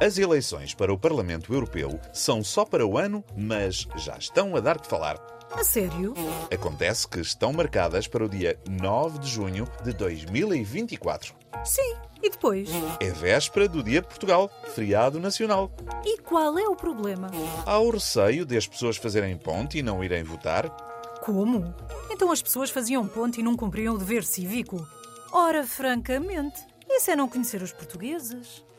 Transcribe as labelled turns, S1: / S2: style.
S1: As eleições para o Parlamento Europeu são só para o ano, mas já estão a dar que falar.
S2: A sério?
S1: Acontece que estão marcadas para o dia 9 de junho de 2024.
S2: Sim. E depois?
S1: É véspera do Dia de Portugal, feriado nacional.
S2: E qual é o problema?
S1: Há o receio de as pessoas fazerem ponte e não irem votar?
S2: Como? Então as pessoas faziam ponte e não cumpriam o dever cívico? Ora, francamente, isso é não conhecer os portugueses.